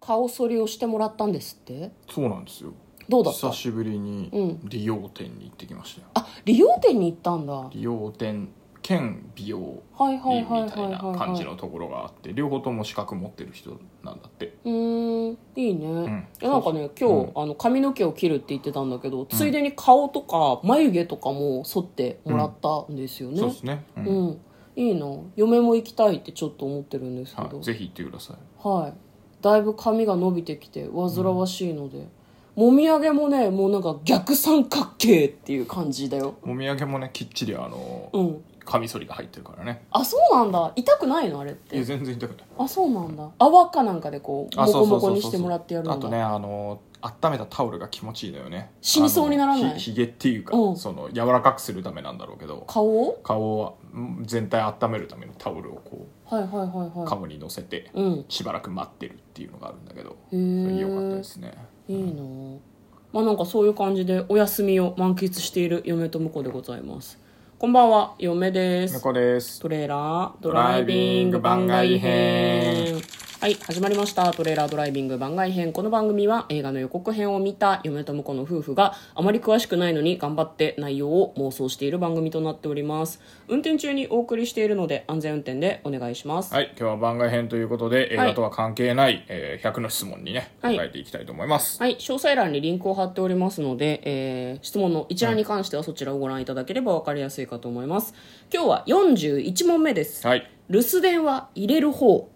顔剃りをしてもらったんですってそうなんですよどうだった久しぶりうにん理容店に行ってきましたよ、あ理容店に行ったんだはい理容店兼美容はいみはいはいみたはいいなはい感じのところがあって両方とも資格持ってる人なんだってうーんいいね、んいやなんかね今日、あの髪の毛を切るって言ってたんだけど、ついでに顔とか眉毛とかも剃ってもらったんですよね、そうですね、うんうん、いいな嫁も行きたいってちょっと思ってるんですけはどい、ぜひ行ってくださいはい、だいぶ髪が伸びてきて煩わしいので、もみあげもねもうなんか逆三角形っていう感じだよお土産もねきっちりあの、うんカミソリが入ってるからねあそうなんだ痛くないのあれっいやて全然痛くないあそうなんだ泡かなんかでこうあモそコうそモうそコうそうにしてもらってやるんだあとねあの温めたタオルが気持ちいいのよね死にそうにならないあのひひげっていうか、うんその柔らかくするためなんだろうけど顔を顔をうん全体温めるためのタオルをこはいはいはいうはカムに乗せて、いうんしばらく待ってるっていうのがあるんだけどへそれ良かったでーすねいいなぁまあなんかそういう感じでお休みを満喫している嫁と婿でございますこんばんは嫁です猫ですトレーラードラライイビビンンググ番番外外編編はい始まりましたトレーラードライビング番外編この番組は映画の予告編を見た嫁と婿の夫婦があまり詳しくないのに頑張って内容を妄想している番組となっております運転中にお送りしているので安全運転でお願いしますはい今日は番外編ということで映はい画とは関係ない、えー100の質問にねは答いえていきたいと思います、はい、詳細欄にリンクを貼っておりますので、えー質問の一覧に関してはそちらをご覧いただければ分かりやすいかと思います今日は41問目です、はい留守電は入れる方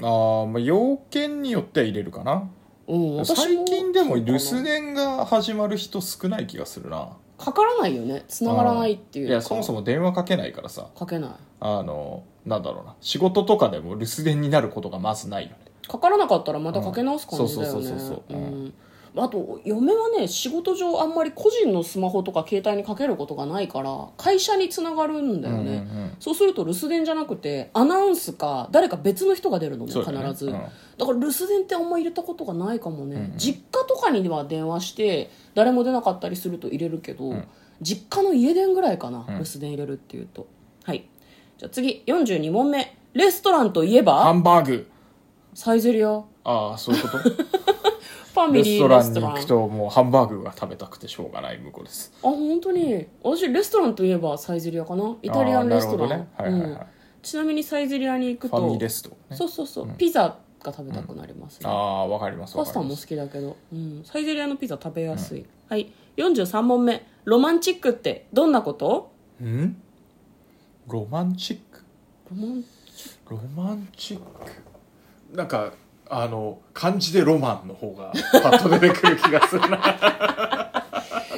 あーまあ要件によっては入れるかなうん、私も最近でもそうか留な守電が始まる人少ない気がするなかからないよね繋がらないっていうやそもそもも電話かけないからさかけないあのなんだろうな仕事とかでも留守電になることがまずないよねかからなかったらまたかけ直す感じだようんそうそうそうねそうそううんうんあと嫁はね仕事上あんまり個人のスマホとか携帯にかけることがないから会社に繋がるんだよね、うんうんうんそうすると留守電じゃなくてアナウンスか誰か別の人が出るのねそう必だねず、うんだから留守電ってあんま入れたことがないかもね、うんうん実家とかには電話して誰も出なかったりすると入れるけど、ん実家の家電ぐらいかな、ん留守電入れるっていうとはいじゃあ次42問目レストランといえばハンバーグサイゼリアフああそういうことァミレリスートレラスントにラン行くともうハンバーグが食べたくてしょうがない向こうですあ本当に私レストランといえばサイゼリアかなイタリアンレストラン、あーなるほどねはいはいはいうんちなみにサイゼリアに行くフとァミレスト、ね、そうそうそう、ピザが食べたくなりますね、ああわかりますわパかスりタまも好すきだけど、うん、サイゼリアのピザ食べやすい、はい43問目ロマンチックってどんなことんロマンチックロマンロマンチックなんかあの漢字でロマンの方がパッと出てくる気 がするな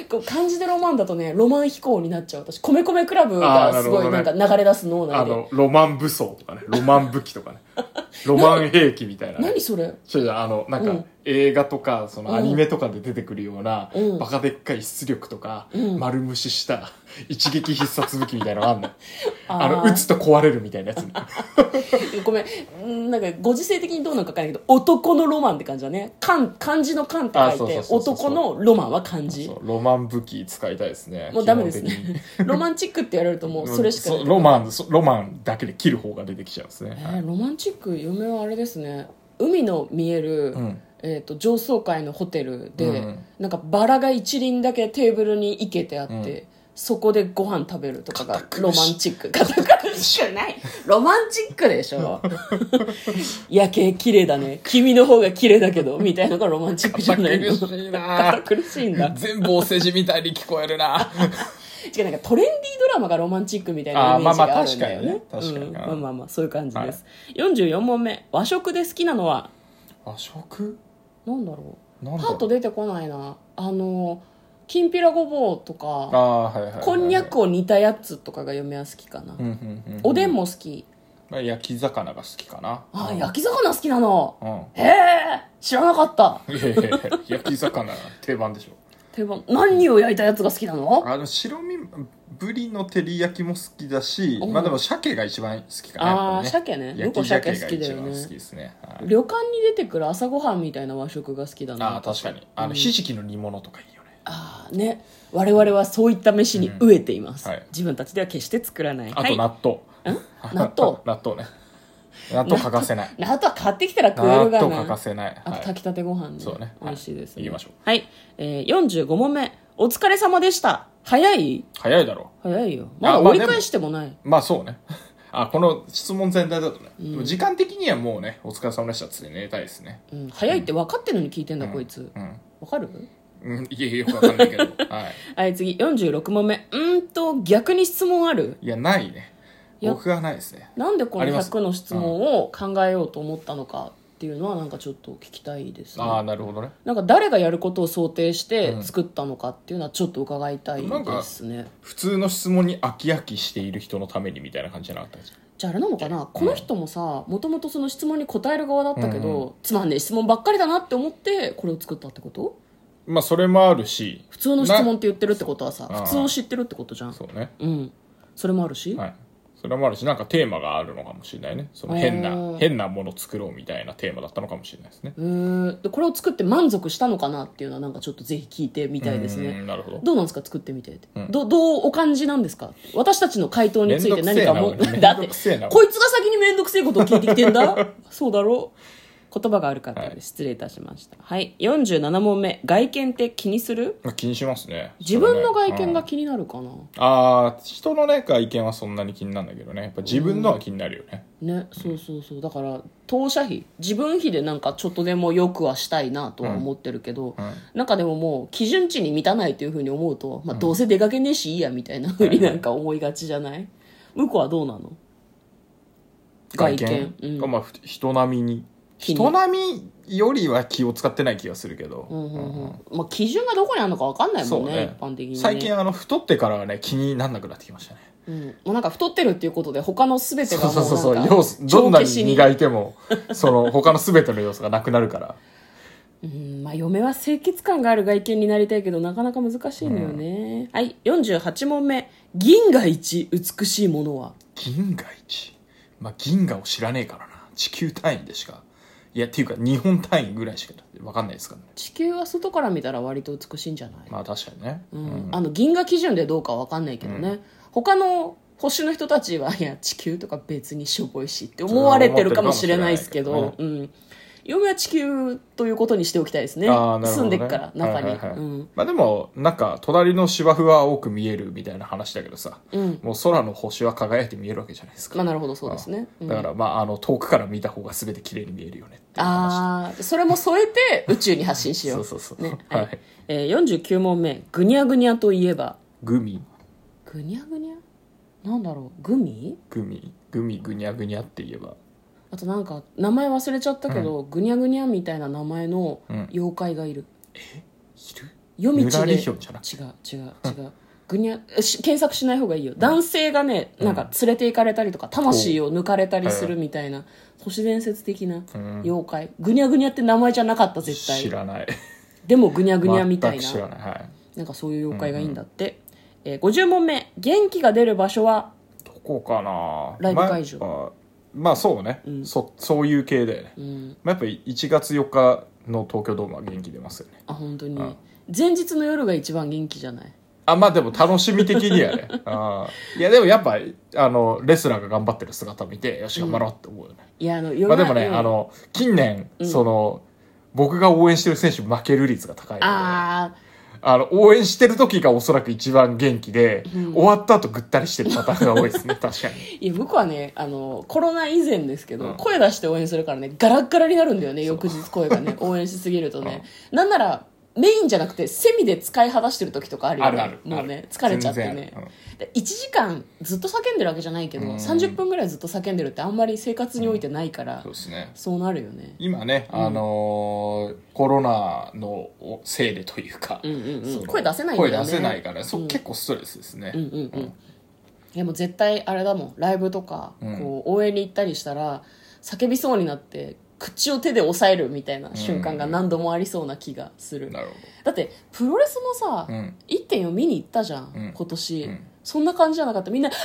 こう漢字でロマンだとねロマン飛行になっちゃう私米米クラブあーながるすほごどいなねんか流れ出す脳あ内で、のロマン武装とかねロマン武器とかねロマン兵器みたいな、ね何、それ ちょいあのなんか、うん映画とかそのうんアニメとかで出てくるような、うんバカでっかい出力とか、うん丸無視した一撃必殺武器みたいなのがあ んのあのー撃つと壊れるみたいなやつ、ね、ごめんうんなんかご時世的にどうなのか分かんないけど男のロマンって感じだね漢漢字の漢ってあーそ書いうそてうそうそうそう男のロマンは漢字そうロマン武器使いたいですねもうダメです基本的にねロマンチックって言われるともうそれしか出てこそうないロマンそロマンだけで切る方が出てきちゃうんですね、えーロマンチック嫁はあれですね海の見える、うんえー、と上層階のホテルで、うんなんかバラが一輪だけテーブルに生けてあって、うんそこでご飯食べるとかが堅苦しいロマンチック堅苦しく ないロマンチックでしょ 夜景綺麗だね君の方が綺麗だけどみたいなのがロマンチックじゃないの堅苦しいな堅苦しい んだ全部お世辞みたいに聞こえるな違うなんかトレンディードラマがロマンチックみたいなイメージがあるんだよねあーまあまあ確かにね確かにうんまあまあまあそういう感じです、44問目和食で好きなのは和食なんだろなうんだパろッうと出てこないなあのきんぴらごぼうとあかあはいはいはいはいこんにゃくを煮たやつとかが嫁は好きかな、うんうんうんうんおでんも好きまあ焼き魚が好きかなあうんー焼き魚好きなのうんへえ知らなかったいやいやいや焼き魚定番でしょ定番何を焼いたやつが好きなのあの白身ぶりの照り焼きも好きだし、うんまあでも鮭が一番好きかなああやっぱ鮭ねりね向こ焼うき鮭鮭好がきだ一よ番ね好きですねはい旅館に出てくる朝ごはんみたいな和食が好きだなああ確かにあの、ひじきの煮物とかいいよねああね我々はそういった飯に飢えています、うんはい自分たちでは決して作らないあとはい納豆、納豆納豆ね納豆欠かせ ないあとは買ってきたら食え納るが豆な欠かせないあとはい炊きたてご飯ね,、そうね美味しいです、ねはい行きましょうはい、えー、45問目お疲れ様でした早い早いだろ早いよあまだまあ折りでも返してもない、まあそうねあこの質問全体だとね、でも時間的にはもうねお疲れ様でしたっつって寝たいですねうん、早いって分かってるのに聞いてんだ、こいつうんわかるうん、いやいやよくわかんない けどはいはい次46問目うーんと逆に質問あるいやないねいや僕はないですねなんでこあのります100の質問を考えようと思ったのかっていうのはなんかちょっと聞きたいですねああなるほどねなんか誰がやることを想定してうん作ったのかっていうのはちょっと伺いたいなんかですね、普通の質問に飽き飽きしている人のためにみたいな感じじゃなかったですかじゃああれなのかなこの人もさもともとその質問に答える側だったけど、つまんねえ質問ばっかりだなって思ってこれを作ったってことまあそれもあるし普通の質問って言ってるってことはさな普通を知ってるってことじゃんそうねうんそれもあるし、はいそれもあるしなんかテーマがあるのかもしれないねその変あなー変なもの作ろうみたいなテーマだったのかもしれないですねえーでこれを作って満足したのかなっていうのはなんかちょっとぜひ聞いてみたいですうねんなるほどどうなんですか作ってみてって、うんどどうお感じなんですか私たちの回答について何かもめんどくせえ なだってめんどくせえなこいつが先に面倒くせえことを聞いてきてん だそうだろう言葉が悪かったです、はい失礼いたしましたはい47問目外見って気にするまあ気にしますね自分の外見がそれね気になるかな、うんああ人のね外見はそんなに気になるんだけどねやっぱ自分のは気になるよねねそうそうそうだから当社費自分費でなんかちょっとでもよくはしたいなとは思ってるけど、うんなんかでももう基準値に満たないというふうに思うと、まあ、どうせ出かけねえしいいやみたいなふうになんか思いがちじゃない向こうはどうなの外見うんがまあふ人並みに気に人並みよりは気を使ってない気がするけど、うんうんうんまあ、基準がどこにあるのか分かんないもそうんねね一般的に、ね、最近あの太ってからはね気になんなくなってきましたねうん、もうなんか太ってるっていうことで他の全てそがうそうそもうそううなんか要素どんな帳消しに磨いてもその他の全ての要素がなくなるからうんまあ、嫁は清潔感がある外見になりたいけどなかなか難しいのよね、はい48問目銀が一美しいものは銀河一まあ銀河を知らねえからな地球単位でしかいやっていうか日本単位ぐらいしか分かんないですからね地球は外から見たら割と美しいんじゃない、まあ確かにね、うんあの銀河基準でどうかは分かんないけどね、他の星の人たちはいや地球とか別にしょぼいしって思われてるかもしれないですけ思わどれ、てうん、嫁は地球ということにしておきたいですねああなる住ほど、んね、でっから中に、はいはいはいうんまあでもなんか隣の芝生は多く見えるみたいな話だけどさ、うんもう空の星は輝いて見えるわけじゃないですか、まあなるほどそうですね、うんだからまああの遠くから見た方が全て綺麗に見えるよねっていう話ああそれも添えて宇宙に発信しよう そうそうそうねはいはいえー、49問目ぐにゃぐにゃといえばグミぐにゃぐにゃなんだろうグミグミグミグニャグニャって言えばあとなんか名前忘れちゃったけど、ぐにゃぐにゃみたいな名前のうん妖怪がいる、いる夜道ぬらでり違ひょんじゃなくう違う違うぐにゃし検索しない方がいいよ男性がねなんか連れて行かれたりとか魂を抜かれたりするみたいな都市伝説的なうん妖怪ぐにゃぐにゃって名前じゃなかった絶知対らないでもぐにゃぐにゃみたいな全く知らないはいなんかそういう妖怪がいいんだって、えー50問目元気が出る場所はどこかなライブ会場まあやっぱまあそうね、そそういう系だよね、うんまあ、やっぱり1月4日の東京ドームは元気出ますよねあ本当にうん前日の夜が一番元気じゃないあまあでも楽しみ的に はねあーいやでもやっぱあのレスラーが頑張ってる姿見てよし頑張ろうって思うよね、いやあの夜まあでもね、うんあの近年、その僕が応援してる選手負ける率が高いのでああーの応援してる時がおそらく一番元気で、終わった後ぐったりしてるパターンが多い ですね確かにいや僕はねあのコロナ以前ですけど、うん声出して応援するからねガラッガラになるんだよね翌日声が ね応援しすぎるとね、なんならメインじゃなくてセミで使い果たしてる時とかあるよねあるあるもうね疲れちゃって全ね然、あるで1時間ずっと叫んでるわけじゃないけど、うん30分ぐらいずっと叫んでるってあんまり生活においてないから、そうですねそうなるよね今ね、あのーコロナのせいでというか、うんうんうんその声出せないんだよね声出せないからそう、うん結構ストレスですね、うんうんうんいやもう絶対あれだもんライブとかうんこう応援に行ったりしたら叫びそうになって口を手で押さえるみたいな瞬間が何度もありそうな気がする、なるほだってプロレスもさ、ど、うん、 1.4見に行ったじゃん、うん今年、うんそんな感じじゃなかったみんな「は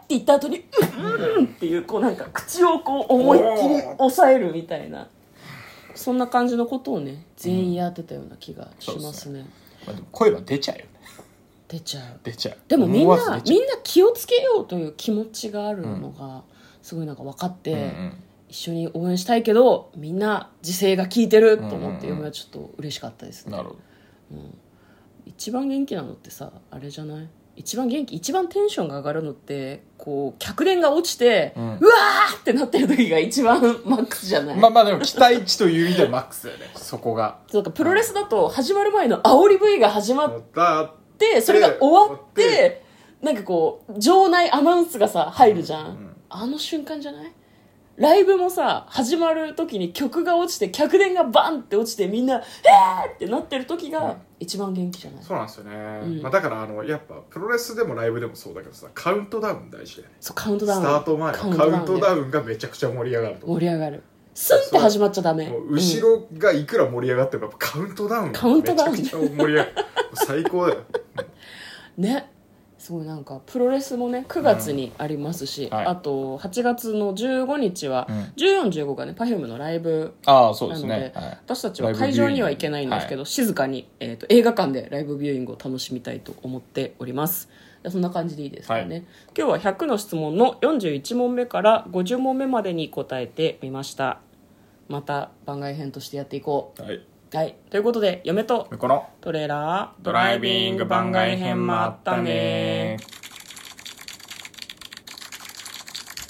ーって言った後に「うんうん」っていうこうなんか口をこう思いっきり押さえるみたいなそんな感じのことをね全員やってたような気がしますね、まあ、でも声は出ちゃうよね出ちゃう出ちゃうでもみん思わずな出ちゃうみんな気をつけようという気持ちがあるのがすごいなんか分かって、うんうん一緒に応援したいけどみんな時勢が効いてるとうんうんう思んって嫁はちょっと嬉しかったですね、なるほど一番元気なのってさあれじゃない一番元気一番テンションが上がるのってこう客電が落ちて、ううんわーってなってる時が一番マックスじゃない、まあまあでも期待値という意味ではマックスだよね そこがそうかプロレスだと始まる前の煽り V が始まっだてそれが終わってなんかこう場内アナウンスがさ入るじゃん、んあの瞬間じゃないライブもさ始まる時に曲が落ちて客電がバンって落ちてみんな「えー!」ってなってる時うがん一番元気じゃない、そうなんですよね、うんまあ、だからあのやっぱプロレスでもライブでもそうだけどさカウントダウン大事だよねそうカウントスダタウンート前のカウントだよダウンがめちゃくちゃ盛り上がると盛り上がるスンって始まっちゃダメもう後ろがいくら盛り上がってもやっぱカウントダウンカウントダウンめちゃくちゃ盛り 上がる最高だようんねすごいなんかプロレスもね9月にありますし、はいあと8月の15日は、うん1415がね Perfume のライブああそなので私たちは会場には行けないんですけど、静かに、えー、と映画館でライブビューイングを楽しみたいと思っておりますそんな感じでいいですかね、は今日は100の質問の41問目から50問目までに答えてみましたまた番外編としてやっていこはい、うはいということで嫁とこのトレーラードドライビング番外編もあったね